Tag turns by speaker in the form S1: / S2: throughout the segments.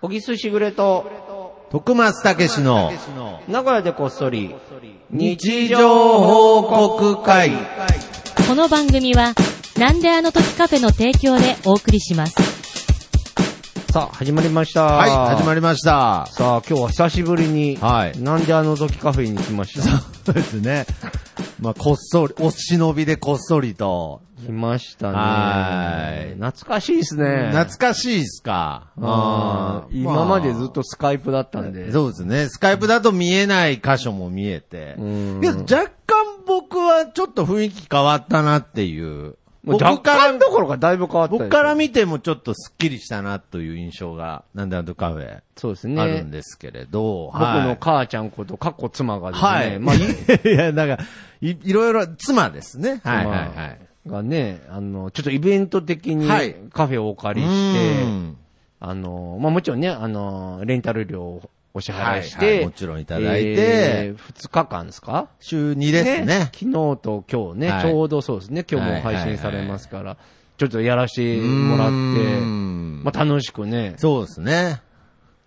S1: 小木すしぐれと、
S2: 徳松たけしの
S1: 名古屋でこっそり、
S2: 日常報告会。
S3: この番組は、なんであの時カフェの提供でお送りします。
S1: さあ、始まりました。
S2: はい、始まりました。
S1: さあ、今日は久しぶりに、
S2: はい
S1: なんであの時カフェに来ました。
S2: そうですね。まあ、こっそり、お忍びでこっそりと。
S1: 来ましたね。
S2: はい
S1: 懐かしいですね。
S2: 懐かしいっすか。
S1: あー
S2: うん
S1: 今までずっとスカイプだったんで。
S2: そうですね。スカイプだと見えない箇所も見えて。
S1: うん
S2: けど若干僕はちょっと雰囲気変わったなっていう。
S1: もう
S2: 僕
S1: 若
S2: から
S1: 干どころかだいぶ変わったです
S2: 僕から見てもちょっとスッキリしたなという印象が、なんであのカフェ、
S1: そうですね。
S2: あるんですけれど、
S1: 僕の母ちゃんこと、かっこ妻がですね、
S2: はい。
S1: ま
S2: ま
S1: あ
S2: あ、 いや、なんか、い、いろいろ、妻ですね。はいはいはい。
S1: がね、あの、ちょっとイベント的に
S2: はい
S1: カフェをお借りし
S2: う
S1: て、
S2: ん
S1: あの、まあ、もちろんね、あの、レンタル料をお支払いして、
S2: はいはいもちろんいただいて
S1: 2日間ですか
S2: 週2ですね。
S1: 昨日と今日ね、
S2: はい
S1: ちょうどそうですね、今日も配信されますから、ちょっとやらしてもらっ
S2: う
S1: て、
S2: ん
S1: まあ、楽しくね。
S2: そうですね。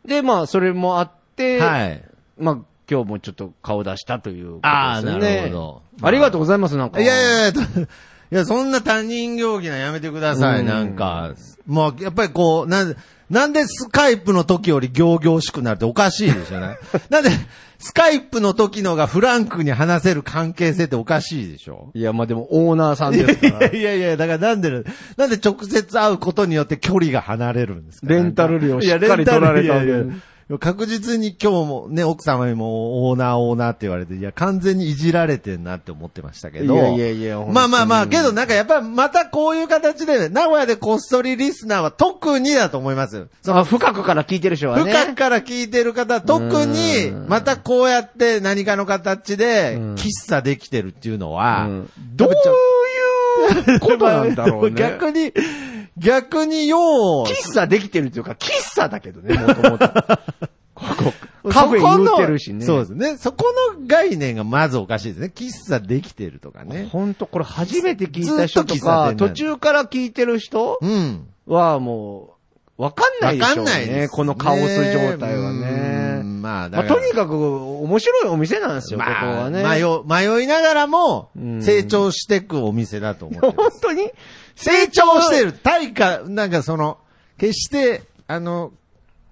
S1: で、まあ、それもあって、
S2: はい。
S1: まあ、今日もちょっと顔出したということですね。
S2: あーなるほど
S1: ありがとうございます、なんか。
S2: いやいやいや、 いや、そんな他人行儀なやめてくださ
S1: う
S2: い、
S1: ん
S2: なんか。もう、やっぱりこう、なん、なんでスカイプの時より行々しくなるっておかしいでしょ ね。なんで、スカイプの時のがフランクに話せる関係性っておかしいでしょ
S1: いや、まあでもオーナーさんですか ら
S2: いや。いやいや、だからなんで、なんで直接会うことによって距離が離れるんですか
S1: レンタル料
S2: いや
S1: しっかり取られたわけ
S2: レンタルいやいや確実に今日もね、奥様にもオーナーオーナーって言われて、いや、完全にいじられてんなって思ってましたけど。
S1: いやいやいや本当に
S2: まあまあまあ、けどなんかやっぱりまたこういう形で、名古屋でこっそりリスナーは特にだと思いますよ。
S1: その深くから聞いてる人はね。
S2: 深くから聞いてる方は特に、またこうやって何かの形で
S1: ん、
S2: 喫茶できてるっていうのは、
S1: うんどういうことなんだろうね。
S2: 逆に、逆によう、
S1: 喫茶できてるというか、喫茶だけどね、もともと。ここ、カフ
S2: そこ
S1: ェ
S2: の
S1: 言うてるしね。
S2: そうですね。そこの概念がまずおかしいですね。喫茶できてるとかね。
S1: ほんと、これ初めて聞いた人と
S2: ずっと喫茶
S1: か、
S2: 店な
S1: 途
S2: の
S1: 中から聞いてる人
S2: うん。
S1: はもう、わかんないでしょう
S2: わかんないです
S1: ね。このカオス状態は
S2: う
S1: ね。
S2: んま
S1: ま
S2: あ、だ
S1: あ、
S2: から
S1: とにかく、面白いお店なんですよ、ここ
S2: ま
S1: は
S2: あ、
S1: ね。
S2: 迷、迷いながらも
S1: うん、
S2: 成長していくお店だと思ってま
S1: 本
S2: す。
S1: 当に
S2: 成長してる。対価、なんかその、決して、あの、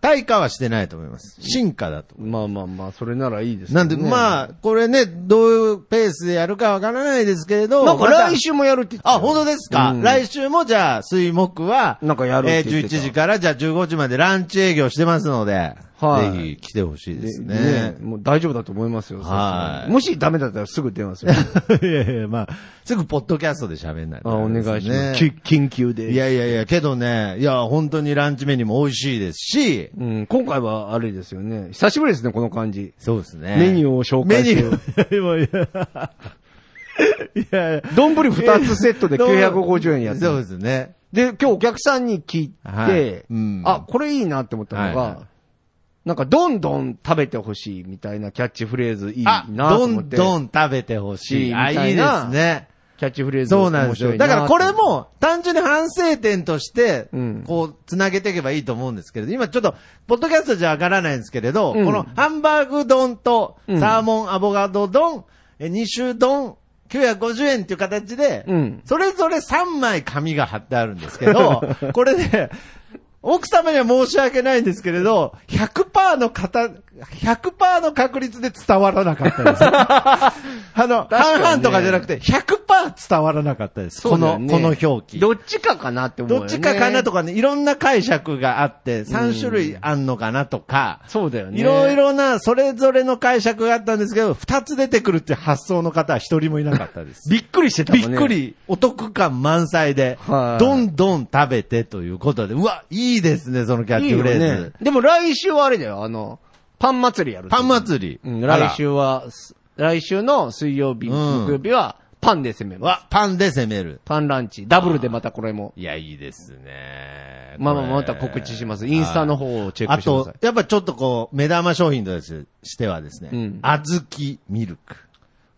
S2: 対価はしてないと思います。進化だと。
S1: まあまあまあ、それならいいですけど
S2: なん
S1: ね
S2: で、まあ、これね、どういうペースでやるかわからないですけれど、
S1: なんか
S2: また
S1: 来週もやるって言ってた
S2: あ、本当ですか、
S1: うん
S2: 来週もじゃあ、水木は、
S1: なんかやるって
S2: えー
S1: 言ってた
S2: 11時からじゃあ15時までランチ営業してますので、
S1: はい
S2: ぜひ来てほしいですね。
S1: もう大丈夫だと思いますよ。
S2: はい
S1: もしダメだったらすぐ電話する。
S2: いやいや、まあ、すぐポッドキャストで喋んないと
S1: あ、お願いします。
S2: ね
S1: き緊急で。
S2: いやいやいや、けどね、いや、本当にランチメニューも美味しいですし、
S1: うん、今回はあれですよね。久しぶりですね、この感じ。
S2: そうですね。
S1: メニューを紹介する
S2: メニュー。いや、 いや、
S1: 丼2つセット で950円やって
S2: そうですね。
S1: で、今日お客さんに聞いて、
S2: はいうん
S1: あ、これいいなって思ったのが、
S2: はいは
S1: なんか、どんどん食べてほしいみたいなキャッチフレーズいいな
S2: あ、
S1: と
S2: ど
S1: 思っ
S2: ん
S1: て。
S2: どん食べてほしい。あ、
S1: みた
S2: い
S1: い
S2: い
S1: な
S2: ですね。
S1: キャッチフレーズ
S2: そうなんですよ。
S1: 面白いな
S2: だ
S1: と
S2: か
S1: 思
S2: ら
S1: って
S2: これも単純に反省点として
S1: うん、
S2: こう、つなげていけばいいと思うんですけれど、今ちょっと、ポッドキャストじゃわからないんですけれど、
S1: うん
S2: このハンバーグ丼と
S1: うん
S2: サーモンアボカド丼、え二種丼、950円っていう形で、
S1: うん
S2: それぞれ3枚紙が貼ってあるんですけ ど、これね、奥様には申し訳ないんですけれど、100%の方、100%の確率で伝わらなかったです。あの、
S1: かにね
S2: 半々とかじゃなくて、100%伝わらなかったです。
S1: そ
S2: こ
S1: うだ
S2: の、
S1: よね
S2: この表記。
S1: どっちかかなって思うよ
S2: ど
S1: ね。
S2: っちかかなとかね、いろんな解釈があって、3種類あんのかなとか、
S1: そうだよね。
S2: いろい。ろな、それぞれの解釈があったんですけど、2つ出てくるっていう発想の方は1人もいなかった です。
S1: びっくりしてたもん
S2: び
S1: ね。
S2: っく。り、お得感満載で
S1: は、い
S2: どんどん食べてということで、うわ、いいですね、そのキャッ
S1: いい
S2: チ
S1: よ
S2: フレーズ。
S1: ね。でも来週はあれだよ、あの、パン祭りやる。
S2: パン祭り。
S1: うん、
S2: あら
S1: 来。週は、す来週の水曜日、
S2: うん
S1: 木曜日は、パンで攻めます。
S2: わ、パンで攻める。
S1: パンランチ。ダブルでまたこれも。
S2: いや、いいですね。
S1: まあまあ
S2: これ
S1: また告知しますインスタの方をチェックしてください
S2: あと、やっぱちょっとこう、目玉商品としてはですね、
S1: うん
S2: 小豆ミルク。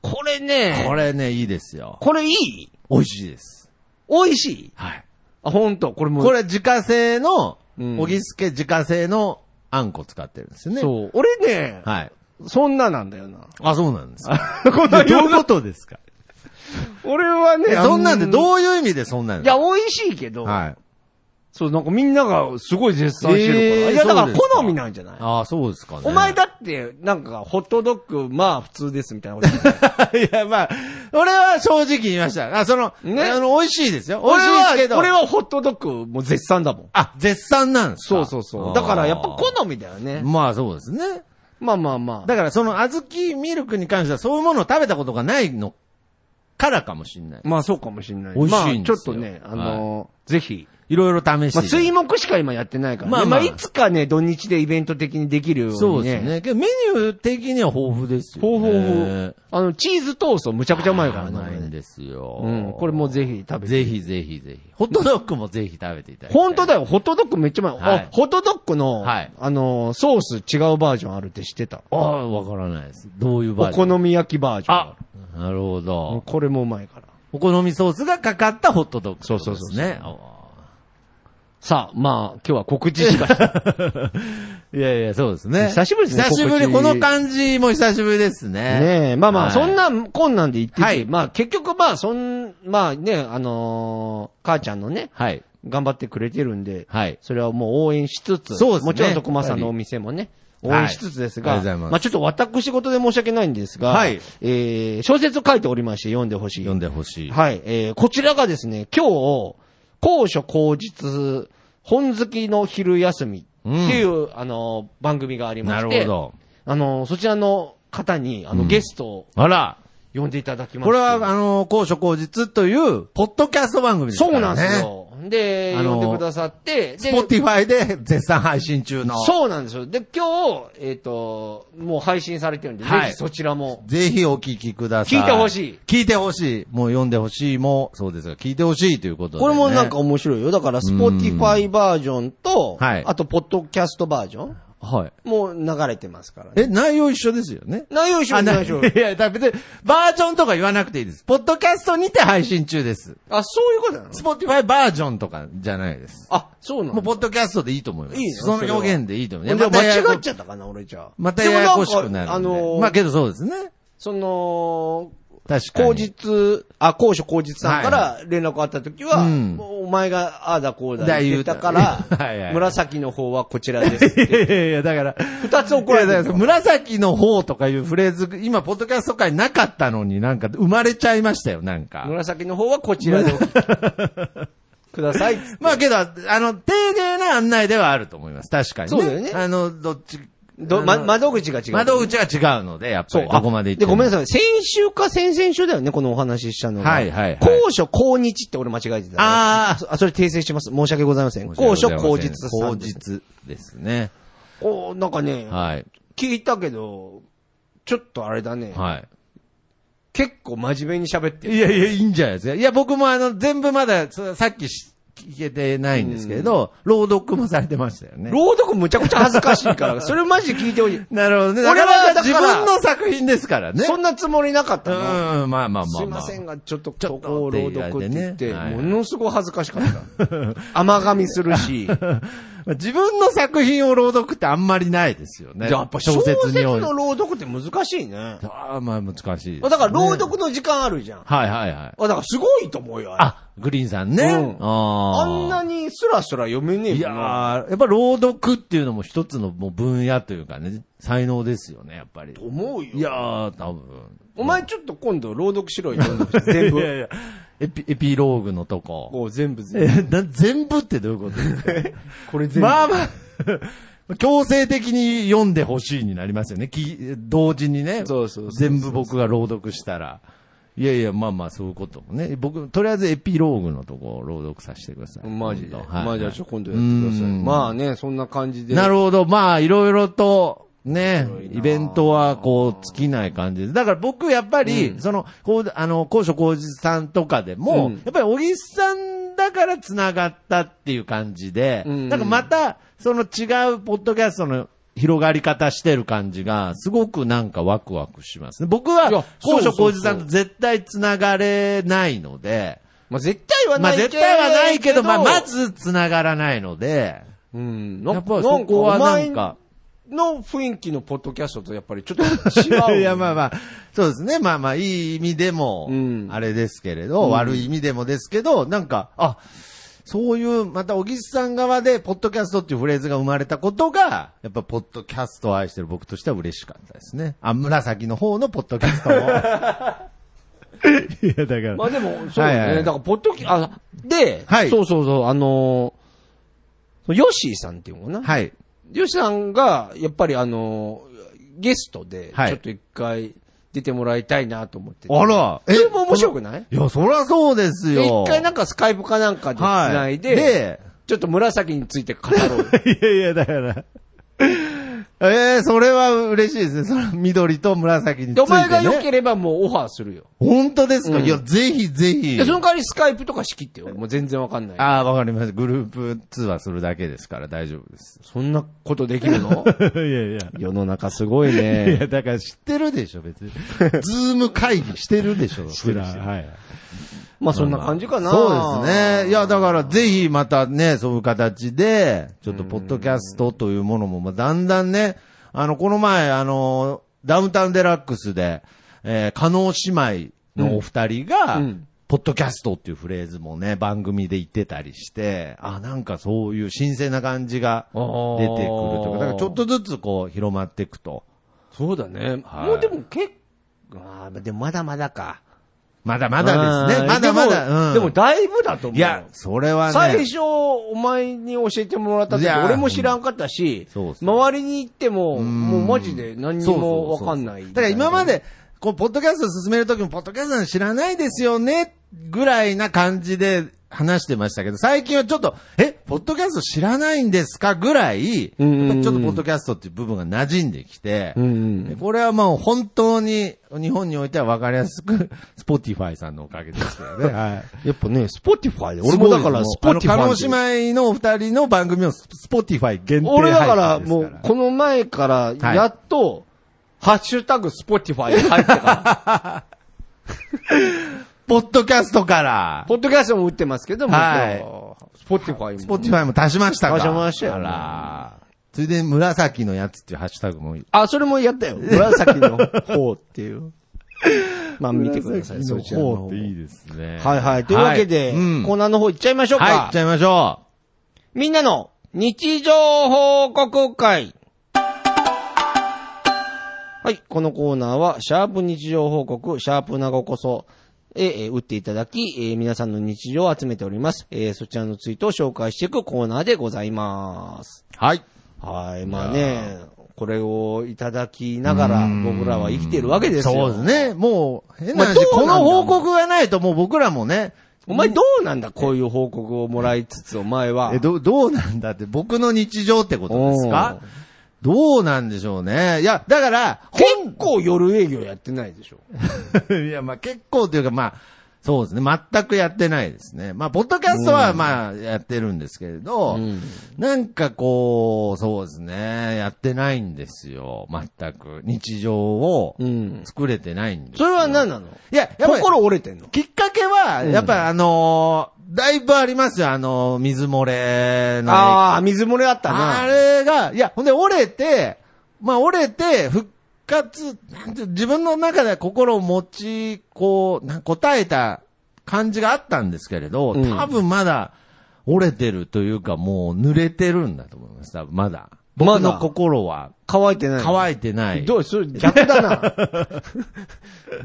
S1: これね
S2: これね、いいですよ。
S1: これいい
S2: 美味しいです。
S1: 美味しい
S2: はい。
S1: あ、ほんと。これもう。
S2: これ自家製の、
S1: うん
S2: 小木助自家製のあんこ使ってるんですよね。
S1: そう。俺ね、
S2: はい。
S1: そんななんだよな。
S2: あ、そうなんですか。
S1: こん
S2: ど
S1: な
S2: う
S1: 言う
S2: いうことですか
S1: 俺はね、
S2: そんなんで、
S1: う
S2: どういう意味でそんなん
S1: い
S2: です
S1: や、
S2: か
S1: 美味しいけど、
S2: はい。
S1: そう、なんかみんながすごい絶賛してるから。
S2: えー
S1: いや、だか
S2: そう
S1: ら
S2: ですか
S1: 好みなんじゃない
S2: ああ、そうですかね。
S1: お前だって、なんか、ホットドッグ、まあ、普通ですみたいなこと言ってたよ。
S2: いや、まあ、俺は正直言いました。あ、その、
S1: ね
S2: あの、美味しいですよ。美
S1: 俺
S2: 味しいですけ
S1: は、
S2: ど。
S1: 俺はホットドッグ、もう絶賛だもん。
S2: あ、絶賛なんですか
S1: そうそうそう。だから、やっぱ好みだよね。
S2: まあそうですね。
S1: まあまあまあ。
S2: だからその小豆ミルクに関してはそういうものを食べたことがないのからかもしれない。
S1: まあ、そうかもしれない。
S2: 美味しいんですよ
S1: まあ、ちょっとね、あのーぜひ。
S2: いろいろ試して
S1: まあ、
S2: みて。
S1: 水木しか今やってないから、ね。
S2: ま
S1: ま
S2: あ
S1: あ
S2: ま
S1: ま
S2: あ
S1: あ、いつかね、土日でイベント的にできるようにね。
S2: そうですね。けどメニュー的には豊富ですよ、ね。
S1: 豊富豊あの、チーズトーストむちゃくちゃうまいから
S2: うまいん
S1: ね。
S2: ですよ。
S1: うんこれもうぜひ食べて
S2: ぜひぜひぜひ。ホットドッグもぜひ食べていただきたい。
S1: 本当だよ、ホットドッグめっちゃうまい。
S2: はい
S1: あホットドッグの、
S2: はい
S1: あのー、ソース違うバージョンあるって知ってた。
S2: ああ、わからないです。どういう
S1: お
S2: バージョン
S1: 好み焼きバージョン。
S2: あ、なるほ
S1: うん
S2: ど。
S1: これもうまいから。
S2: お好みソースがかかったホットドッグ。
S1: そうそうそうそう
S2: ね。あ
S1: さあ、まあ、今日は告知し かした。
S2: いやいや、そうですね。
S1: 久しぶりですね
S2: 久しぶり。
S1: 告知
S2: この感じも久しぶりですね。
S1: ねえ、まあま
S2: は
S1: あ、
S2: い
S1: そんな、こんなんで言ってて、
S2: はい
S1: まあ結局まあ、そん、まあね、あのー母ちゃんのね、
S2: はい。
S1: 頑張ってくれてるんで、
S2: はい。
S1: それはもう応援しつつ、
S2: そうですね
S1: もちろん徳間さんのお店もね、応
S2: はい
S1: 援しつつですが、
S2: はいありがとうございま
S1: あ
S2: す
S1: ちょっと私事で申し訳ないんですが、
S2: はい
S1: えー、小説を書いておりまして読んでほしい。
S2: 読んでほしい。
S1: はい、えー、こちらがですね、今日、高所高日、本好きの昼休みっていう、あのー、番組がありま
S2: な
S1: し
S2: る
S1: て、
S2: ほど。
S1: あのー、そちらの方に、あ
S2: う
S1: の、
S2: ん
S1: ゲストを
S2: あら。
S1: 呼んでいただきまして、
S2: これは、あの、高所高実という、ポッドキャスト番組ですか
S1: そ
S2: ら
S1: う
S2: ね。
S1: なんです。よ。で、
S2: あのー
S1: 呼んでくださって、で
S2: スポティファイで絶賛配信中の。
S1: そうなんですよ。で、今日、えっ、と、もう配信されてるんで、
S2: はい
S1: ぜひそちらも。
S2: ぜひお聞きください。
S1: 聞いてほしい。
S2: 聞いてほしい。もう読んでほしいも、そうですが、聞いてほしいということで、ね。
S1: これもなんか、面白いよ。だから、スポティファイバージョンと、
S2: はい
S1: あと、ポッドキャストバージョン
S2: はい。
S1: もう流れてますからね。
S2: え、内容一緒ですよね。
S1: 内容一緒、内容一緒
S2: いや、だ別に、バージョンとか言わなくていいです。ポッドキャストにて配信中です。
S1: あ、そういうことなの
S2: スポティファイバージョンとかじゃないです。
S1: あ、そうな
S2: もう、
S1: の
S2: ポッドキャストでいいと思います。
S1: いいね
S2: そ
S1: それ
S2: の
S1: は
S2: 表現でいいと思い
S1: で
S2: ます。
S1: も間
S2: や
S1: 違
S2: や
S1: っちゃったかな、俺じゃあ。
S2: またややこしくなるんで。
S1: でもんかあのー
S2: まあけどそうですね。
S1: その、
S2: 確か
S1: 後
S2: に。
S1: 日、あ、高所後日さんから連絡あった時は、
S2: うん
S1: もうお前がああだこうだ言ってたから
S2: だ言うたはいはいはい、
S1: 紫の方はこちらですって。
S2: いやいや、だから、
S1: 二つ怒
S2: こ
S1: ら
S2: れ
S1: れて
S2: だ
S1: る
S2: か
S1: からら
S2: 紫の方とかいうフレーズ、今、ポッドキャスト界なかったのになんか生まれちゃいましたよ、なんか。
S1: 紫の方はこちらで お聞きくださいっつって。
S2: まあけど、あの、丁寧な案内ではあると思います。確かに、ね。
S1: そうだよね
S2: あの、どっち、あ
S1: ど
S2: の
S1: ま、窓口が違う。
S2: 窓口が違うので、やっぱ
S1: そう
S2: り。どこまで行って
S1: あで、ごめんな
S2: さ
S1: さい。先週か先々週だよね、このお話ししたのが。
S2: はいはいはい
S1: 高所高日って俺間違えてた。
S2: あー
S1: そあ、それ訂正します。申し訳ございません。
S2: い。
S1: 高所高日さ
S2: 後
S1: んです。
S2: 日ですね。
S1: こう、なんかね、
S2: はい。
S1: 聞いたけど、ちょっとあれだね。
S2: はい。
S1: 結構真面目に喋ってる。
S2: いやいや、いいんじゃないですか。いや、僕もあの、全部まだ、そさっきし聞けてないんですけれど、朗読もされてましたよね。
S1: 朗読むちゃくちゃ恥ずかしい から、それマジ聞いてほしい。
S2: なるほどね。
S1: 俺は
S2: だから
S1: だ
S2: 自
S1: から
S2: 分の作品ですからね。
S1: そんなつもりなかった
S2: う
S1: の。
S2: ん、まあまあまあ、まあ。
S1: すいま せんが、ちょっと、ちょ
S2: っ
S1: っ
S2: と
S1: と、朗読って言っ
S2: って
S1: て、
S2: 言われてね
S1: ものすごい恥ずかしか った。甘噛みするし。
S2: 自分の作品を朗読ってあんまりないですよね。
S1: やっぱ小説
S2: 小説において
S1: の朗読って難しいね。
S2: ああ、まあ難しいですね、
S1: だから朗読の時間あるじゃん。あ
S2: はいはいはい。
S1: だからすごいと思うよ、あれ
S2: あ、グリーンさんね。
S1: うん
S2: あ
S1: あ
S2: ー
S1: んなにスラスラ読めねえ
S2: いや
S1: よな。
S2: ーやっぱ朗読っていうのも一つのもう分野というかね、才能ですよね、やっぱり。
S1: 思うよ。
S2: いやー、多分。
S1: お前ちょっと今度朗読し ろよ、全
S2: いや
S1: 部。
S2: いやエピ、エピローグのとこ。
S1: こう全部全
S2: え、な、全部ってどういうことですか
S1: 部。これ 全部。
S2: まあまあ、強制的に読んでほしいになりますよね。き、同時にね。
S1: そうそうそう
S2: 全部僕が朗読したら。いやいや、まあまあ、そういうこともね。僕、とりあえずエピローグのとこを朗読させてください。
S1: マジで。
S2: 今度はい
S1: まあじゃあちょっと今度やってください。
S2: うん
S1: まあね、そんな感じで。
S2: なるほど。まあ、いろいろと、
S1: 面
S2: ね
S1: 白い、な
S2: イベントは、こう、尽きない感じで。だから僕、やっぱり、その、こう、あの、高所浩二さんとかでも、
S1: うん
S2: やっぱり、小木さんだから繋がったっていう感じで、
S1: うん
S2: なんかまた、その違う、ポッドキャストの、広がり方してる感じが、すごくなんかワクワクしますね。僕
S1: いや
S2: は、
S1: そうそ
S2: 高所
S1: うそう
S2: 浩二さんと絶対繋がれないので、
S1: まあ絶対はな
S2: まあ
S1: いけ
S2: 絶
S1: ど。
S2: 対はないけど、まあまず繋がらないので、
S1: うん。
S2: やっぱそこはなんか、
S1: の雰囲気のポッドキャストとやっぱりちょっと違う。
S2: いや、まあまあ、そうですね。まあまあ、いい意味でも
S1: うん、
S2: あれですけれど、悪い意味でもですけど、なんか、あ、そういう、また、小木さん側で、ポッドキャストっていうフレーズが生まれたことが、やっぱ、ポッドキャストを愛してる僕としては嬉しかったですね。あ、紫の方のポッドキャスト も。いや、だから。
S1: まあでも、そうね。
S2: はいはい
S1: だから、ポッドキャ、あ、で、
S2: はい
S1: そうそうそう、あのーヨッシーさんっていうのかな。
S2: はい。
S1: ヨッシーさんが、やっぱりあのーゲストで、
S2: はい
S1: ちょっと一回出てもらいたいなと思ってて
S2: あら、
S1: え、でも面白くない
S2: いや、そらそうです
S1: で
S2: よ。
S1: 一回なんかスカイプかなんかで
S2: はい
S1: 繋いで、
S2: で
S1: ちょっと紫について語ろう。
S2: いやいや、だから。ええそれは嬉しいですね。その緑と紫につい
S1: で、
S2: て、ね。
S1: お前が良ければもうオファーするよ。
S2: 本当ですか、
S1: うん
S2: いや、ぜひぜひ
S1: で、。その代わりスカイプとか仕切ってよ。もう全然わかんない。
S2: ああ、わかりました。グループ通話するだけですから大丈夫です。
S1: そんなことできるの
S2: いやいや。
S1: 世の中すごい
S2: い や、
S1: ね。
S2: だから知ってるでしょ、別 に。ズーム会議してるでしょ、知らはい。
S1: まあそんな感じかな。
S2: そうですね。いや、だからぜひまたね、そういう形で、ちょっとポッドキャストというものも、まあ、だんだんね、あの、この前、あの、ダウンタウンデラックスで、えー、加納姉妹のお二人が、
S1: うんうん
S2: ポッドキャストっていうフレーズもね、番組で言ってたりして、あ、なんかそういう新鮮な感じが出てくると
S1: あ
S2: か、
S1: ー
S2: だからちょっとずつこう広まっていくと。
S1: そうだね。
S2: はい
S1: もうでも結構、ああ、でもまだまだか。
S2: まだまだですね。
S1: あー
S2: まだまだ。
S1: でも,、
S2: うん、
S1: でもだいぶだと思う。
S2: いや、それはね。
S1: 最初、お前に教えてもらった時
S2: いや
S1: 俺も知らんかったし、
S2: そうっすね
S1: 周りに行っても、
S2: ん
S1: もうマジで何にもわかんない
S2: そうそうそうだから今ま、で、こう、ポッドキャスト進めるときも、ポッドキャストなんて知らないですよね、ぐらいな感じで話してましたけど、最近はちょっと、え、ポッドキャスト知らないんですかぐらい、
S1: うんうんうん
S2: やっぱりちょっとポッドキャストっていう部分が馴染んできて、
S1: うんうん
S2: でこれはもう本当に、日本においては分かりやすく、 スポティファイさんのおかげですけどね。 はい
S1: やっぱね、スポティファイで、俺もだからスポティフ
S2: あ
S1: ァ
S2: の
S1: イで
S2: 叶。姉妹のお二人の番組をスポティファイ限定
S1: 俺だから
S2: 配信です
S1: もう、この前から、やっと、ハッシュタグスポティファイ入って から、
S2: ポッドキャストから。
S1: ポッドキャストも打ってますけども、
S2: は
S1: スポティファイ
S2: ス
S1: も
S2: ポ。ティファイも足しましたか
S1: 足しましたよ
S2: あら。ついでに紫のやつっていうハッシュタグも。
S1: あ、それもやった よ。紫の方っていう。まあ見てください、そちらの方。
S2: いですね
S1: はいはい。というわけで、
S2: うん
S1: コーナーの方行っちゃいましょうか。
S2: はい、行っちゃいましょ
S1: みんなの日常報告会。はい。このコーナーは、シャープ日常報告、シャープなごこそ、え、え打っていただき、えー皆さんの日常を集めております。えーそちらのツイートを紹介していくコーナーでございます。
S2: う。はい。
S1: はい。まあね、これをいただきながら、僕らは生きてるわけですよ。
S2: そうです。ね。もう、変な
S1: ま
S2: 話、
S1: あどう
S2: こ
S1: なんだ
S2: の報告がないともう僕らもね、
S1: お前どうなんだこういう報告をもらいつつ、お前は。
S2: え、ど、どうなんだって、僕の日常ってことですかどうなんでしょうね。いや、だから、
S1: 結構夜営業やってないでしょ。
S2: いや、まあ結構というか、まあ、そうですね。全くやってないですね。まあ、ポッドキャストは、まあ、やってるんですけれど、
S1: ん
S2: なんかこう、そうですね。やってないんですよ。全く。日常を
S1: うん
S2: 作れてないんです。
S1: それは何なの
S2: いや、やっぱり、
S1: 心折れてんの
S2: きっかけは、やっぱりあのーだいぶありますよ。あのー水漏れの影響
S1: ああ、水漏れあったな。
S2: あれが、いや、ほんで折れて、まあ折れて、復活、なんて自分の中で心を持ち、こう、なん答えた感じがあったんですけれど、
S1: うん
S2: 多分まだ折れてるというか、もう濡れてるんだと思います。多分まだ。
S1: まだ
S2: 僕の心は
S1: 乾いてない。
S2: 乾いてない。
S1: どうそれ逆だ な。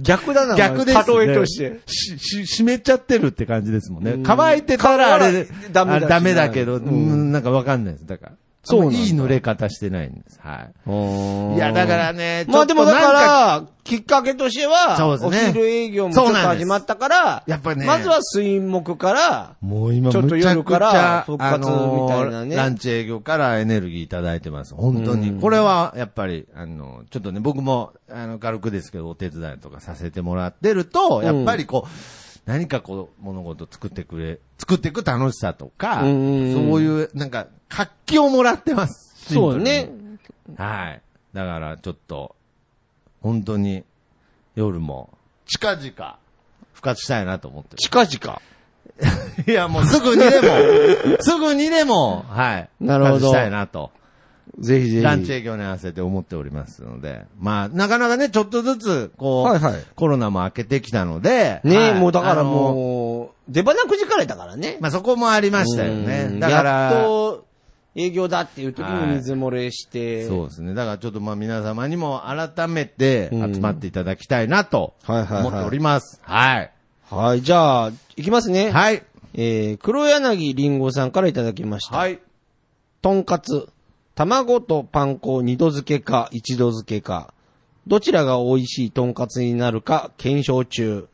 S1: 逆だな。
S2: 逆です、
S1: お前例えとして。。
S2: し、し、湿っちゃってるって感じですもんね
S1: うん。
S2: 乾いてたらあ
S1: 乾い
S2: れ
S1: て、ダメだ
S2: あれダメだけ
S1: う
S2: ど、うんん、なんかわかんないです。だから。
S1: そうなんだ
S2: いい濡れ方してないんです。はい。
S1: い
S2: いや、だか。らね、
S1: まあ
S2: ち
S1: で
S2: ょ
S1: も
S2: っと
S1: だか
S2: なん、
S1: ら、きっかけとしては、
S2: そうですね
S1: お昼営業もちょっと
S2: そうなんで
S1: 始
S2: す
S1: まったから、
S2: やっぱね
S1: まずは水木から、
S2: もう今
S1: ちょっと
S2: むちゃくちゃ
S1: 夜から復活みたいなね
S2: あのーランチ営業からエネルギーいただいてます。本当に。これは、やっぱり、あの、ちょっとね、僕も、あの、軽くですけど、お手伝いとかさせてもらってると、やっぱりこう、何かこう、物事作ってくれ、作っていく楽しさとか、そう
S1: うん
S2: いう、なんか、活気をもらってます。
S1: そうね。
S2: はい。だから、ちょっと、本当に、夜も、近々、復活したいなと思って
S1: 近々。
S2: ます。いや、もうすぐにでも、すぐにでも、はい。
S1: なるほど
S2: 復活したいなと。
S1: ぜひぜひ。
S2: ランチ営業に合わせて思っておりますので、まあ、なかなかね、ちょっとずつ、こう、
S1: はいはい
S2: コロナも明けてきたので、
S1: ねえ、
S2: はい
S1: もうだから
S2: あの
S1: もう、出花くじかれたからね。
S2: まあそこもありましたよ
S1: う
S2: ね。
S1: ん
S2: だから、
S1: やっと、営業だっていう時
S2: はい
S1: に水漏れして、
S2: そうですね。だからちょっとまあ皆様にも改めて
S1: うん
S2: 集まっていただきたいなと
S1: はいはいはい
S2: 思っております。はい。
S1: はい、じゃあ、いきますね。
S2: はい。
S1: えー、黒柳りんごさんからいただきました。
S2: はい。
S1: とんかつ、卵とパン粉を二度漬けか一度漬けか、どちらが美味しいとんかつになるか検証中。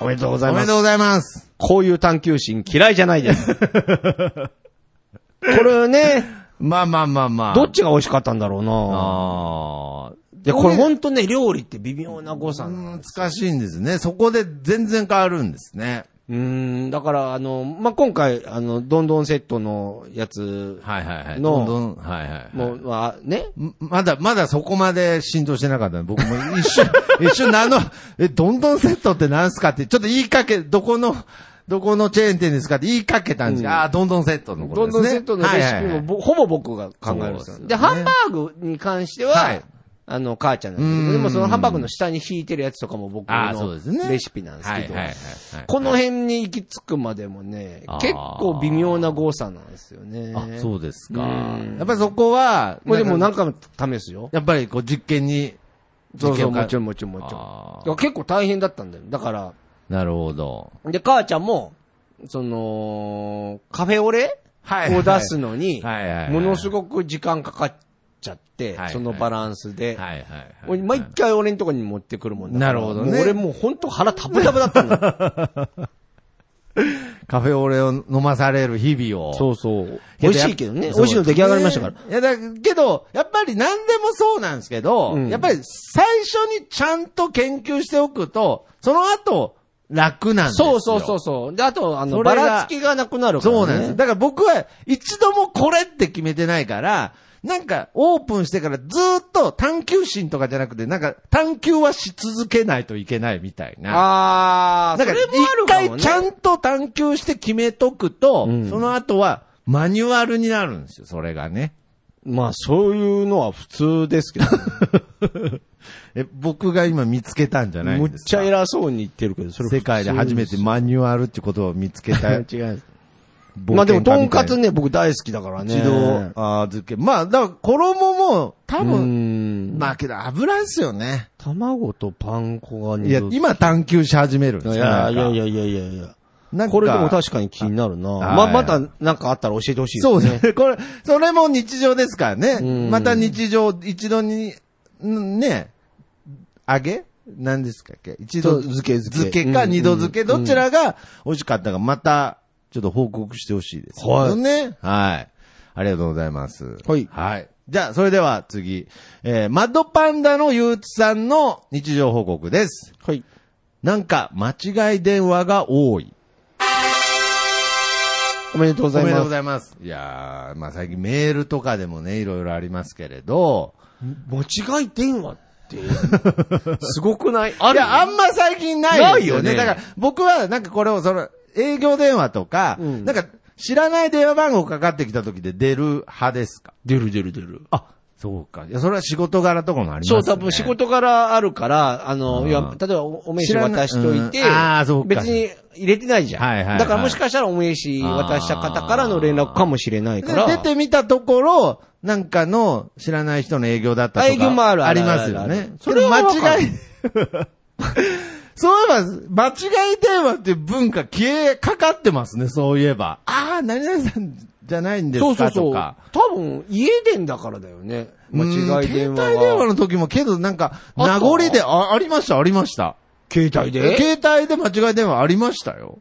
S1: おめでとうござい
S2: おめ
S1: ま
S2: ですとう。ございます。
S1: こういう探求心嫌いじゃない です。これね、
S2: まあまあまあまあ。
S1: どっちが美味しかったんだろうな
S2: ああ。
S1: いや、これほんとね、料理って微妙な誤差なの。
S2: 難しいんですね。そこで全然変わるんですね。
S1: うーん、だから、あの、まあ、今回、あの、どんどんセットのやつ、
S2: はいはいはい。
S1: の
S2: どんどん、はいはいはい。
S1: もう、まあ、ね、
S2: んまだ、まだそこまで浸透してなかったので僕も一瞬、 一瞬何の、え、どんどんセットって何すかって、ちょっと言いかけ、どこの、どこのチェーン店ですかって言いかけたんですが、ああー、どんどんセットのこ
S1: ど
S2: と
S1: んど
S2: です
S1: ん
S2: ね。
S1: セットのレシ
S2: はい
S1: ピ
S2: はい
S1: も
S2: はい
S1: ぼ、ほぼ僕が考えるんですよ。
S2: そうですよね
S1: で、ハンバーグに関しては、
S2: はい
S1: あの、母ちゃんなんですけ
S2: う
S1: ど、
S2: ん
S1: でもそのハンバーグの下に敷いてるやつとかも僕
S2: あーそうですね
S1: のレシピなんですけど
S2: はいはいはい、はい
S1: この辺に行き着くまでもね
S2: あー、
S1: 結構微妙な誤差なんですよね。
S2: あ、そうですか。
S1: うん
S2: やっぱりそこは、
S1: もうでも
S2: なん
S1: 何
S2: か、
S1: 回も試すよ。
S2: やっぱりこう実験に、
S1: そうそう、もちろん
S2: ん。
S1: もちろんもちろん。だ
S2: あー
S1: から結構大変だったんだよ。だから、
S2: なるほど。
S1: で、母ちゃんも、その、カフェオレ
S2: は
S1: を出すのに、
S2: はいはいはい
S1: ものすごく時間かかっちゃって、
S2: いはい
S1: そのバランスで。
S2: はいはいはい。
S1: 俺毎回俺のとこに持ってくるもんだから
S2: なるほどね
S1: もう俺もう本当腹タブタブだ ったんだよ。
S2: カフェオレを飲まされる日々を。
S1: そうそう。美味しいけどね。美味しいの出来上がりましたから。。
S2: いや、だけど、やっぱり何でもそうなんですけど、
S1: うん
S2: やっぱり最初にちゃんと研究しておくと、その後、楽なんですよ。
S1: そうそうそうそう。で、あと、あの、
S2: それ
S1: ば
S2: が
S1: らつきがなくなるから、ね。
S2: そうなんです。だから僕は一度もこれって決めてないから、なんかオープンしてからずっと探求心とかじゃなくて、なんか探求はし続けないといけないみたいな。
S1: あー、
S2: だ
S1: そ
S2: か
S1: れ
S2: ら
S1: もある
S2: 一
S1: かも、ね。
S2: 回ちゃんと探求して決めとくと、
S1: うん
S2: その後はマニュアルになるんですよ、それがね。
S1: まあ、そういうのは普通ですけど、
S2: え、僕が今見つけたんじ ゃないん
S1: む
S2: で
S1: っ
S2: すか
S1: ちゃ偉そうに言ってるけど、それ普通
S2: 世界で初めてマニュアルってことを見つ けた。
S1: 違う。まあでも、とんかつね、僕大好きだからね。
S2: 自動あー漬け。まあ、だから衣も多
S1: う
S2: 分、
S1: ん。
S2: まあけど油ですよね。
S1: 卵とパン粉が
S2: いや、今探求し始めるん
S1: い
S2: ですよ
S1: やいやい
S2: や。
S1: やいやいやいや。
S2: なんか
S1: これでも確かに気になるな。
S2: あ
S1: ま、
S2: はい
S1: またなんかあったら教えてほしいですね。
S2: そうですね。こ れ、それも日常ですから
S1: う
S2: ね。
S1: ん
S2: また日常、一度に、んね、揚げ何ですかっけ一
S1: そう
S2: 度
S1: 漬け漬け
S2: か
S1: うん
S2: 二度漬け、
S1: うん
S2: どちらが美味しかったか、また、ちょっと報告してほしいです。
S1: はい
S2: ね。はい。ありがとうございます。
S1: はい
S2: はい。じゃあ、それでは次。えー、マッドパンダのゆうつさんの日常報告です。
S1: はい。
S2: なんか、間違い電話が多い。
S1: おめでとうござい
S2: おめでと
S1: ま
S2: うご
S1: す。
S2: ざいます。いやー、まあ、最近メールとかでもね、いろいろありますけれど、
S1: 間違い電話って、すごくない
S2: い
S1: あ
S2: や、あんま最近ないです
S1: ないよね
S2: だから、僕はなんかこれを、その、営業電話とか、
S1: うん
S2: なんか、知らない電話番号かかってきた時で出る派ですか
S1: 出る出る出る。
S2: あ、そうか。いや、それは仕事柄とかもありますね。
S1: そう、多分仕事からあるから、あの、
S2: うん
S1: いや、例えばお名刺渡しといて、
S2: 知らないうんあーそうか
S1: 別に入れてないじゃん。
S2: はいはいはい
S1: だからもしかしたらお名刺渡した方からの連絡かもしれないから。
S2: で出てみたところ、なんかの知らない人の営業だったとか。
S1: 営業もある
S2: あ
S1: あ
S2: り
S1: る
S2: ますよ
S1: あるあるあ
S2: ね
S1: る。
S2: それ
S1: それはわか
S2: 間
S1: る
S2: 違い。 そういえば、間違い電話っていう文化消えかかってますね、そういえば。ああ、何々さんじゃないんですか
S1: そうそ
S2: とか。
S1: うそう。多分、家電だからだよね。間違い電話
S2: うん携帯電話の時も、けどなんか、
S1: あった
S2: 名残で、あ、ありました、ありました。
S1: 携帯で
S2: 携帯で間違い電話ありましたよ。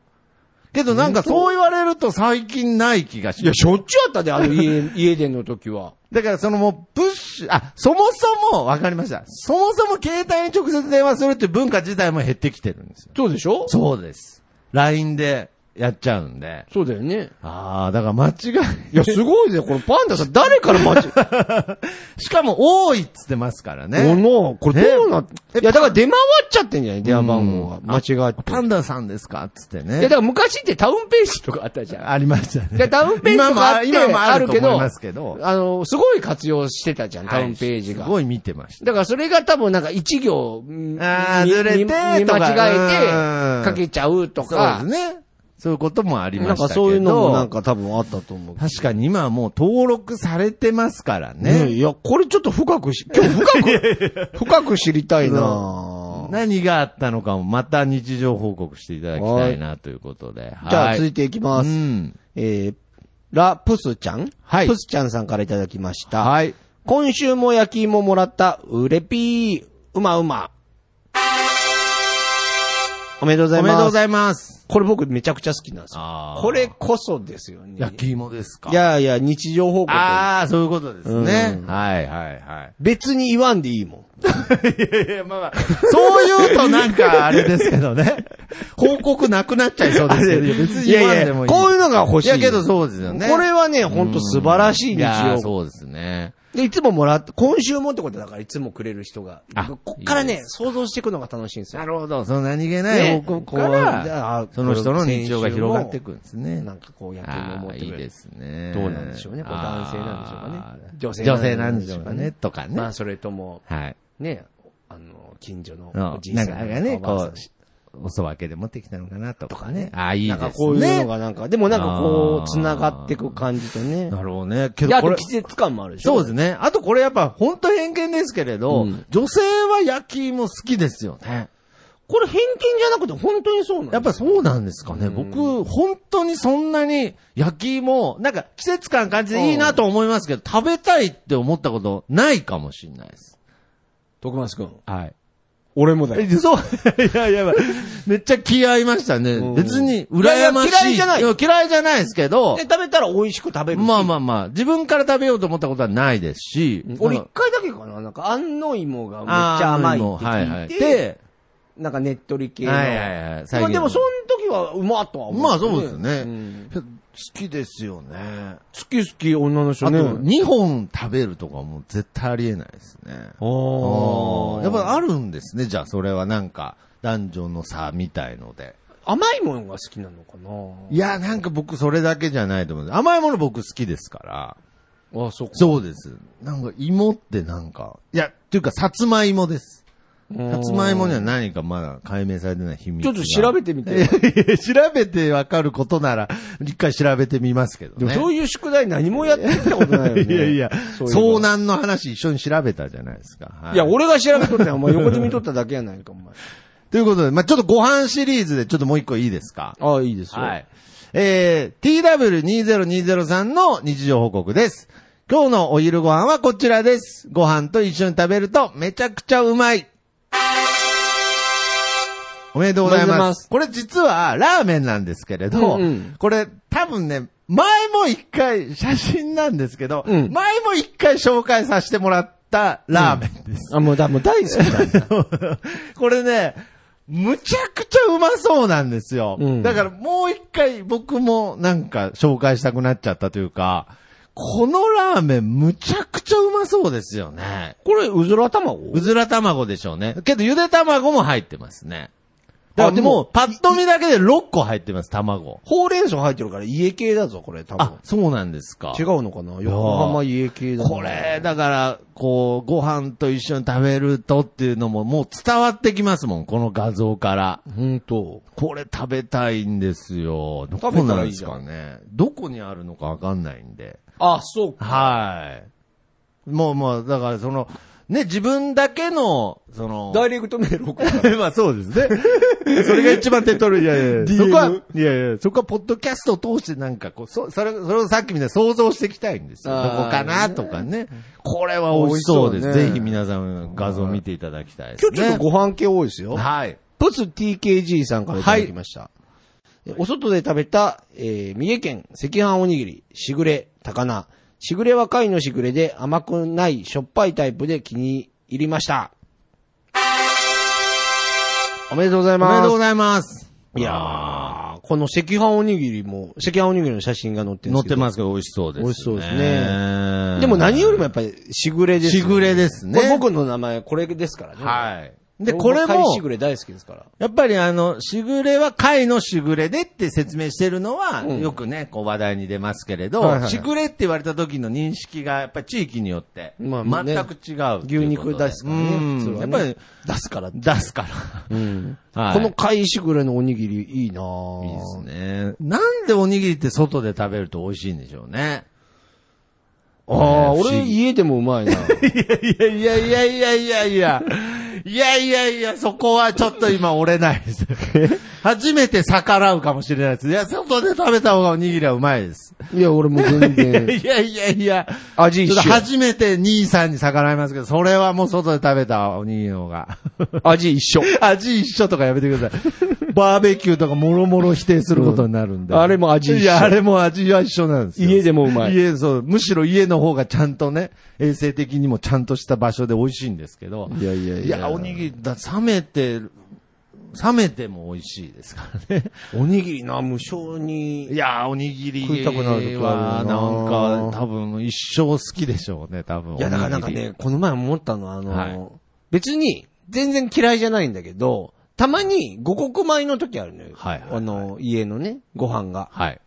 S2: けどなんかそう言われると最近ない気がします
S1: いや、しょっちゅうあったで、あの家、 家電の時は。
S2: だからそのもう、プッシュ、あ、そもそも、わかりました。そもそも携帯に直接電話するっていう文化自体も減ってきてるんですよ。
S1: そうでしょ
S2: そうです。LINE でやっちゃうんで。
S1: そうだよね。
S2: ああ、だから間違
S1: いや、すごいぜ、これパンダさん、誰から間違
S2: い。しかも多いっつってますから
S1: こ
S2: ね。
S1: の、これどうなっ、
S2: え
S1: いや、だから出回っちゃってんじゃない電話番号が。間違って。
S2: パンダさんですかっつって
S1: いや、だ
S2: ね。
S1: から昔ってタウンページとかあったじゃん。
S2: ありました
S1: で
S2: ね。
S1: タウンページとかあって
S2: 今もある
S1: あるけど
S2: と思いますけど。
S1: あの、すごい活用してたじゃん、タウンページ
S2: は
S1: が
S2: いす。ごい見てました。
S1: だからそれが多分なんか一行、
S2: あー
S1: み
S2: ずれて
S1: み見間違えて
S2: とかうん
S1: かけちゃうと
S2: そ
S1: か
S2: う、ですね。そういうこともありま
S1: な
S2: した
S1: んか
S2: けど。
S1: そういうのもなんか多分あったと思う。
S2: 確かに今はもう登録されてますから
S1: ね
S2: ね。
S1: いや、これちょっと深くし、今日深く、深く知りたいなぁ
S2: 何があったのかもまた日常報告していただきたいなということで。
S1: じゃあ続
S2: い
S1: いていき
S2: ま。
S1: ます
S2: う
S1: す。
S2: ん。
S1: えー、ラ・プスちゃん
S2: はい
S1: プスちゃんさんからいただきました。
S2: はい。
S1: 今週も焼き芋もらった、うれぴー、うまうま。おめでとうござい
S2: おめ
S1: ます。
S2: でとうございます。
S1: これ僕めちゃくちゃ好きなんですよ。
S2: あー
S1: これこそですよね。
S2: 焼き芋ですか
S1: いやいや、日常報告。
S2: ああ、そういうことですね
S1: う。ん
S2: はいはいは
S1: 別に言わんでいいもん。
S2: い。いやいや、まあまあ、そういうとなんかあれですけどね。報告なくなっちゃいそうですけど、 別に言わんでもいい。
S1: ややこういうのが 欲しい。
S2: いやけどそうですよね
S1: これはね、ほんと素晴らしい日
S2: や
S1: 常報
S2: ー
S1: 告。
S2: そうですね。
S1: で、いつももらって、今週もってことだから、いつもくれる人が。
S2: あ
S1: こっから
S2: いい
S1: ね
S2: で
S1: 想像していくのが楽しいんですよ
S2: な。るほど。その何気ない
S1: ね
S2: 報告
S1: こっからじゃ
S2: ら
S1: あ、
S2: その人の日常が広がっていくんですね。
S1: なんかこう、焼き芋を
S2: あ
S1: 持っ
S2: あ
S1: て
S2: い
S1: く
S2: い
S1: れる。
S2: ですね。
S1: どうなんでしょうねこれ男性なんでしょうかね
S2: ああ
S1: 女性
S2: 女性なんでしょうかね。とかね。
S1: まあ、それとも、
S2: はい。
S1: ね、あの、近所の
S2: の
S1: おじい
S2: な
S1: さ
S2: ん
S1: ん
S2: かね、
S1: おばあさ
S2: こ
S1: ん
S2: う、おそ分けで持ってきたのかなとかね。ああ、いいで
S1: な
S2: す
S1: ん
S2: ね。
S1: かこういうのがなんか、でもなんかこう、繋がっていく感じとね。
S2: なるほどね。け
S1: い
S2: ど
S1: や、
S2: これ
S1: 季、節感もあるでしょ
S2: そうですね。あとこれやっぱ、本当偏見ですけれど、
S1: うん
S2: 女性は焼き芋好きですよね。
S1: これ偏見じゃなくて本当にそうなの
S2: やっぱそうなんですかね。僕、本当にそんなに焼き芋、なんか季節感感じていいなと思いますけど、食べたいって思ったことないかもしれないです。
S1: 徳松くん。
S2: はい。
S1: 俺もだ
S2: え、そう、 いやいや、めっちゃ気合いましたね
S1: うん。
S2: 別に、羨ましい。
S1: いやいや嫌いじゃない
S2: や嫌いじゃないですけど
S1: で、、食べたら美味しく食べるし。
S2: まあまあまあ、自分から食べようと思ったことはないですし、
S1: 俺
S2: なん
S1: 一
S2: か
S1: 回だけかななんか、安納芋がめっちゃ甘いって聞いて、
S2: はいはいで
S1: なんかねっとり系の。
S2: はいはいはい
S1: で
S2: 最
S1: も、
S2: 近
S1: でもその時はうまとは思う。
S2: まあそうですね。
S1: うん
S2: 好きですよね。
S1: 好き好き女の
S2: あ
S1: 人
S2: と、
S1: ね。
S2: 2本食べるとかも絶対ありえないですね。
S1: お
S2: やっぱあるんですね、じゃあそれはなんか、男女の差みたいので。
S1: 甘いものが好きなのかない
S2: や、なんか僕それだけじゃないと思うんです。甘いもの僕好きですから。
S1: ああ、そうか。
S2: そうです。なんか芋ってなんか、いや、っていうか、さつまいもです。さつまいもには何かまだ解明されてない秘密
S1: ちょ
S2: が。
S1: っと調べてみて。
S2: いや調べてわかることなら、一回調べてみますけど
S1: でも
S2: ね。
S1: そういう宿題何もやってきたことないよね。
S2: いやいや、
S1: そう
S2: 遭
S1: な。
S2: 難の話一緒に調べたじゃないですか。はい
S1: や、俺が調べとったよ。お前横で見とっただけやないか、お前。
S2: ということで、まあちょっとご飯シリーズでちょっともう一個いいですか
S1: ああ、いいですよ。
S2: はい。えー、TW2020 さんの日常報告です。今日のお昼ご飯はこちらです。ご飯と一緒に食べるとめちゃくちゃうまい。おめでとうござい
S1: おめでとうござい
S2: ま。
S1: ますす
S2: これ実はラーメンなんですけれど、
S1: うんうん
S2: これ多分ね、前も一回写真なんですけど、
S1: うん
S2: 前も一回紹介させてもらったラーメンです。
S1: あ、もうだ、もう大好き だ。
S2: これね、むちゃくちゃうまそうなんですよ。
S1: うん
S2: だからもう一回僕もなんか紹介したくなっちゃったというか、このラーメンむちゃくちゃうまそうですよね。
S1: これ、うずら卵
S2: うずら卵でしょうね。けどゆで卵も入ってますね。だから
S1: あでも
S2: もうパッと見だけで6個入ってます、卵。
S1: ほうれん草入ってるから家系だぞ、これ、多
S2: あ
S1: 分、。
S2: そうなんですか。
S1: 違うのかな横浜家系だな
S2: これ、だから、こう、ご飯と一緒に食べるとっていうのももう伝わってきますもん、この画像から。
S1: ほんと。
S2: これ食べたいんですよ。ど
S1: 食
S2: こ
S1: べた
S2: な
S1: ら
S2: ん
S1: い
S2: で
S1: い
S2: す
S1: じゃん
S2: かね。どこにあるのかわかんないんで。
S1: あ、そうか。
S2: はい。もうもう、だからその、ね、自分だけの、その、
S1: ダイレクトメール送る。
S2: まあそうです ね。それが一番手っ取る。いやいや
S1: DM
S2: そこは、いやいや、そこはポッドキャストを通してなんかこう、そ、それ、それをさっきみたいに想像していきたいんですよ。
S1: あー
S2: どこかなとかね。これは美味しそうです。
S1: 美味しそうね
S2: ぜひ皆さん画像見ていただきたいです
S1: 今
S2: ね。
S1: 日ちょっとご飯系多いですよ。
S2: はい。
S1: プス TKG さんからいただきました。えお外で食べた、えー三重県赤飯おにぎり、しぐれ、高菜。しぐれは貝のしぐれで甘くないしょっぱいタイプで気に入りました。おめでとうござい
S2: おめ
S1: ま。
S2: ですとうございます。
S1: いやー、
S4: この赤飯おにぎりも、赤飯おにぎりの写真が載ってるん
S5: 乗
S4: で
S5: っ
S4: すけ
S5: て
S4: ど。
S5: ますけど、美味しそうです、
S4: 美味しそうですねでも何よりもやっぱり、しぐれです、
S2: しぐれですね
S4: これ僕の名前、これですからね。
S5: はい。
S2: で、これ
S4: 僕貝
S2: も
S4: し、ぐれ大好きですから。
S2: やっぱりあの、しぐれは貝のしぐれでって説明してるのは、よくね、こう話題に出ますけれど、
S4: はいはい
S2: しぐれって言われた時の認識が、やっぱり地域によって、
S4: まあまあね
S2: 全く違うって
S4: 牛
S2: いうことで。
S4: 肉出すから
S2: う
S4: ね。
S2: ん
S4: 普通は
S2: やっ
S4: ね
S2: ぱり、
S4: 出すから。
S2: 出すから。
S4: うん。
S2: はい
S4: この貝しぐれのおにぎりいいなぁ
S2: いいですね。なんでおにぎりって外で食べると美味しいんでしょうね。
S4: ああ、
S2: ね不思
S4: 俺
S2: 議
S4: 家でもう まいな
S2: いやいやいやいやいやいや。いやいやいや、そこはちょっと今折れないです。初めて逆らうかもしれないです。いや、外で食べた方がおにぎりはうまいです。
S4: いや、俺も全
S2: いや
S4: 然。
S2: いやいやいや。
S4: 味
S2: ちょ
S4: 一
S2: っと
S4: 緒。
S2: 初めて兄さんに逆らいますけど、それはもう外で食べたおにぎりの方が。
S4: 味一緒。
S2: 味一緒とかやめてくださ い。バーベキューとかもろもろ否定することになるんで。
S4: うんあれも味一緒
S2: いや、あれも味は一緒なんですよ。
S4: 家でもうまい
S2: 家、そう。むしろ家の方がちゃんとね、衛生的にもちゃんとした場所で美味しいんですけど。
S4: いやいやいや
S2: おにぎり、だ、冷めて、冷めても美味しいですから ね。
S4: おにぎりな、無性
S2: い
S4: に。
S2: やー、おにぎり
S4: 食いたくなる時あ
S2: は、
S4: るよ
S2: な
S4: な
S2: んか、多分、一生好きでしょうね、多分。
S4: いや、だからなんか
S2: おにぎり。
S4: ね、この前思ったのは、あの、
S2: はい
S4: 別に、全然嫌いじゃないんだけど、たまに五穀米の時あるのよ。
S2: はいはいはい
S4: あの、家のね、ご飯が。
S2: はい。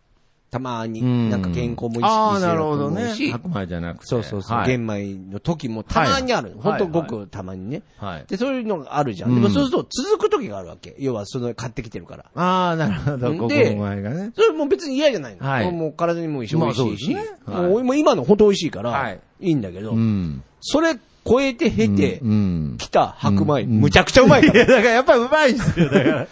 S4: たま
S2: う
S4: に、なんか健康も意識してる
S2: ああ、なるほど
S4: と思
S2: ね。
S4: うし
S2: 白米じゃなくて。
S4: そうそうそう、
S2: はい
S4: 玄米の時もたまにあるの。
S2: はい
S4: ほんとごくたまにね。
S2: はい。
S4: で、そういうのがあるじゃん。
S2: うん
S4: でもそうすると続く時があるわけ。要は、その、買ってきてるから。
S2: ああ、なるほど。
S4: で
S2: ここ前がね。
S4: それも別に嫌じゃないの。
S2: はい
S4: もう体にも一緒
S2: ま
S4: 美
S2: あ
S4: 味しいし。
S2: そうですねはい
S4: もうもう今の本当美味しいから、
S2: はいい、
S4: いんだけど、
S2: ん。
S4: それ超えて経て、
S2: うん。
S4: 来た白米、むちゃくちゃうまいか
S2: い
S4: ら。
S2: や、だからやっぱうまいんすよ、だ から。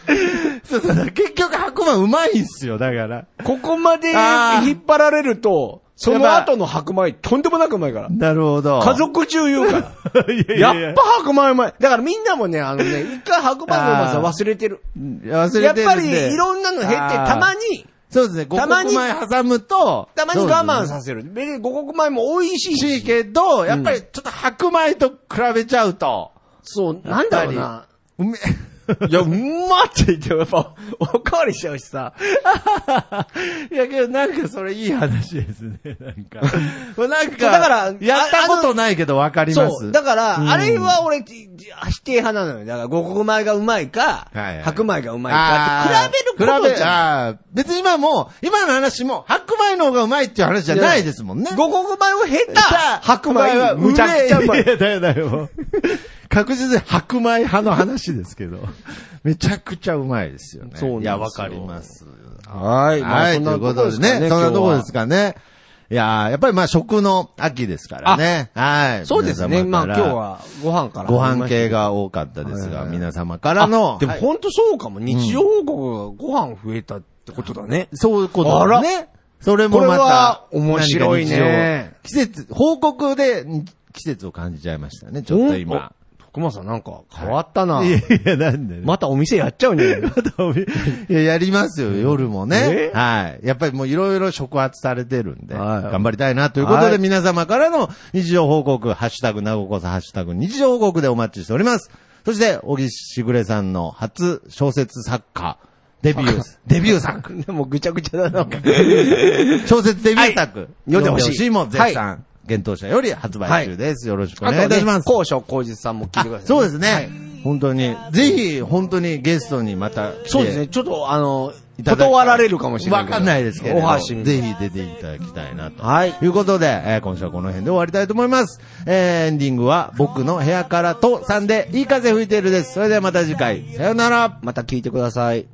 S2: そうそうそう、結局白米うまいんすよ、だから。
S4: ここまで
S2: あー
S4: 引っ張られると、そ
S2: や
S4: の
S2: ばい
S4: 後の白米、とんでもなくうまいから。
S2: なるほど。
S4: 家族中言うから。
S2: いやいやいや
S4: やっぱ白米うまい。だからみんなもね、あの ね、一回白米のうまさ忘れてる。
S2: 忘れ
S4: やって
S2: るんで
S4: ぱりいろんなの減って、たま。
S2: あー
S4: に、
S2: そうですね、五
S4: たま
S2: 穀
S4: に
S2: 米挟むと。
S4: たまに我慢
S2: そう
S4: させる。別に五穀米も美味しい
S2: ですね。しい
S4: し。
S2: けど、やっぱりちょっと白米と比べちゃうと。
S4: そう、なんだろう
S2: や
S4: な。
S2: うめ、
S4: いや、うまって言ってもやっぱ、おかわりしちゃうしさ。
S2: いやけどなんかそれいい話ですね、なん か。なんか、
S4: だから
S2: やったことないけどわかりま
S4: そ
S2: す。
S4: う。だから、
S2: うん
S4: あれは俺、じじ否定派なのよ。だから、五穀米がうまいか、
S2: はいはい
S4: 白米がうまいかって比べる
S2: あー
S4: こ
S2: 比
S4: と
S2: べ
S4: じゃん。
S2: あー別に今もう、今の話も、白米の方がうまいっていう話じゃないですもんね。
S4: 五穀米を経た白米
S2: は
S4: むちゃくちゃうまい。
S2: やだよだよ。確実に白米派の話ですけど、めちゃくちゃうまいですよね。
S4: そうなんです
S2: い
S4: よ
S2: や、わかります。
S4: はいまあ
S2: はい、
S4: そん
S2: と
S4: な
S2: いうことでね。
S4: とこですかね
S2: そんなとこですかね。いやーやっぱりまあ食の秋ですからね。はい。
S4: そうですね。
S2: 皆
S4: ま
S2: 様
S4: あ今
S2: から
S4: 日はご飯から。
S2: ご飯系。が多かったですが、
S4: はい
S2: 皆様からの。
S4: でも
S2: はい
S4: 本当そうかも。日常報告がご飯増えたってことだね。
S2: そういうこ
S4: あら
S2: とね。それもまた。
S4: これは面白いね
S2: 何か日常。季節、報告でに季節を感じちゃいましたね、ちょっと今。
S4: お。徳間さんなんか変わったな。
S2: いやいや、なんでね。
S4: またお店やっちゃ うね。
S2: いや、やりますよ、夜もね。
S4: え
S2: はい。やっぱりもういろいろ触発されてるんで、
S4: はい
S2: 頑張りたいなということ
S4: は
S2: で、
S4: い
S2: 皆様からの日常報告、ハッシュタグ、なごこさ、ハッシュタグ、日常報告でお待ちしております。そして、小木しぐれさんの初小説作家、デビュ ー、デビュー作、
S4: もうぐちゃぐちゃだな。
S2: 小説デビュー作、
S4: 読んでほしい
S2: も絶賛、検討者より発売中です。よろしくお願いいたします。
S4: 高所高実さんも聞いてください。
S2: そうですね。本当に。ぜひ、本当にゲストにまた来て
S4: そうですね。ちょっと、あの、
S2: いただきたい
S4: 断られるかもしれない。
S2: わかんないですけれど。
S4: お箸みた
S2: ぜ
S4: い
S2: ひ出ていただきたいなと。
S4: な。はい。
S2: ということで、えー今週はこの辺で終わりたいと思います。えーエンディングは僕の部屋からとさんでいい風吹いてるです。それではまた次回、さよなら。
S4: また聞いてください。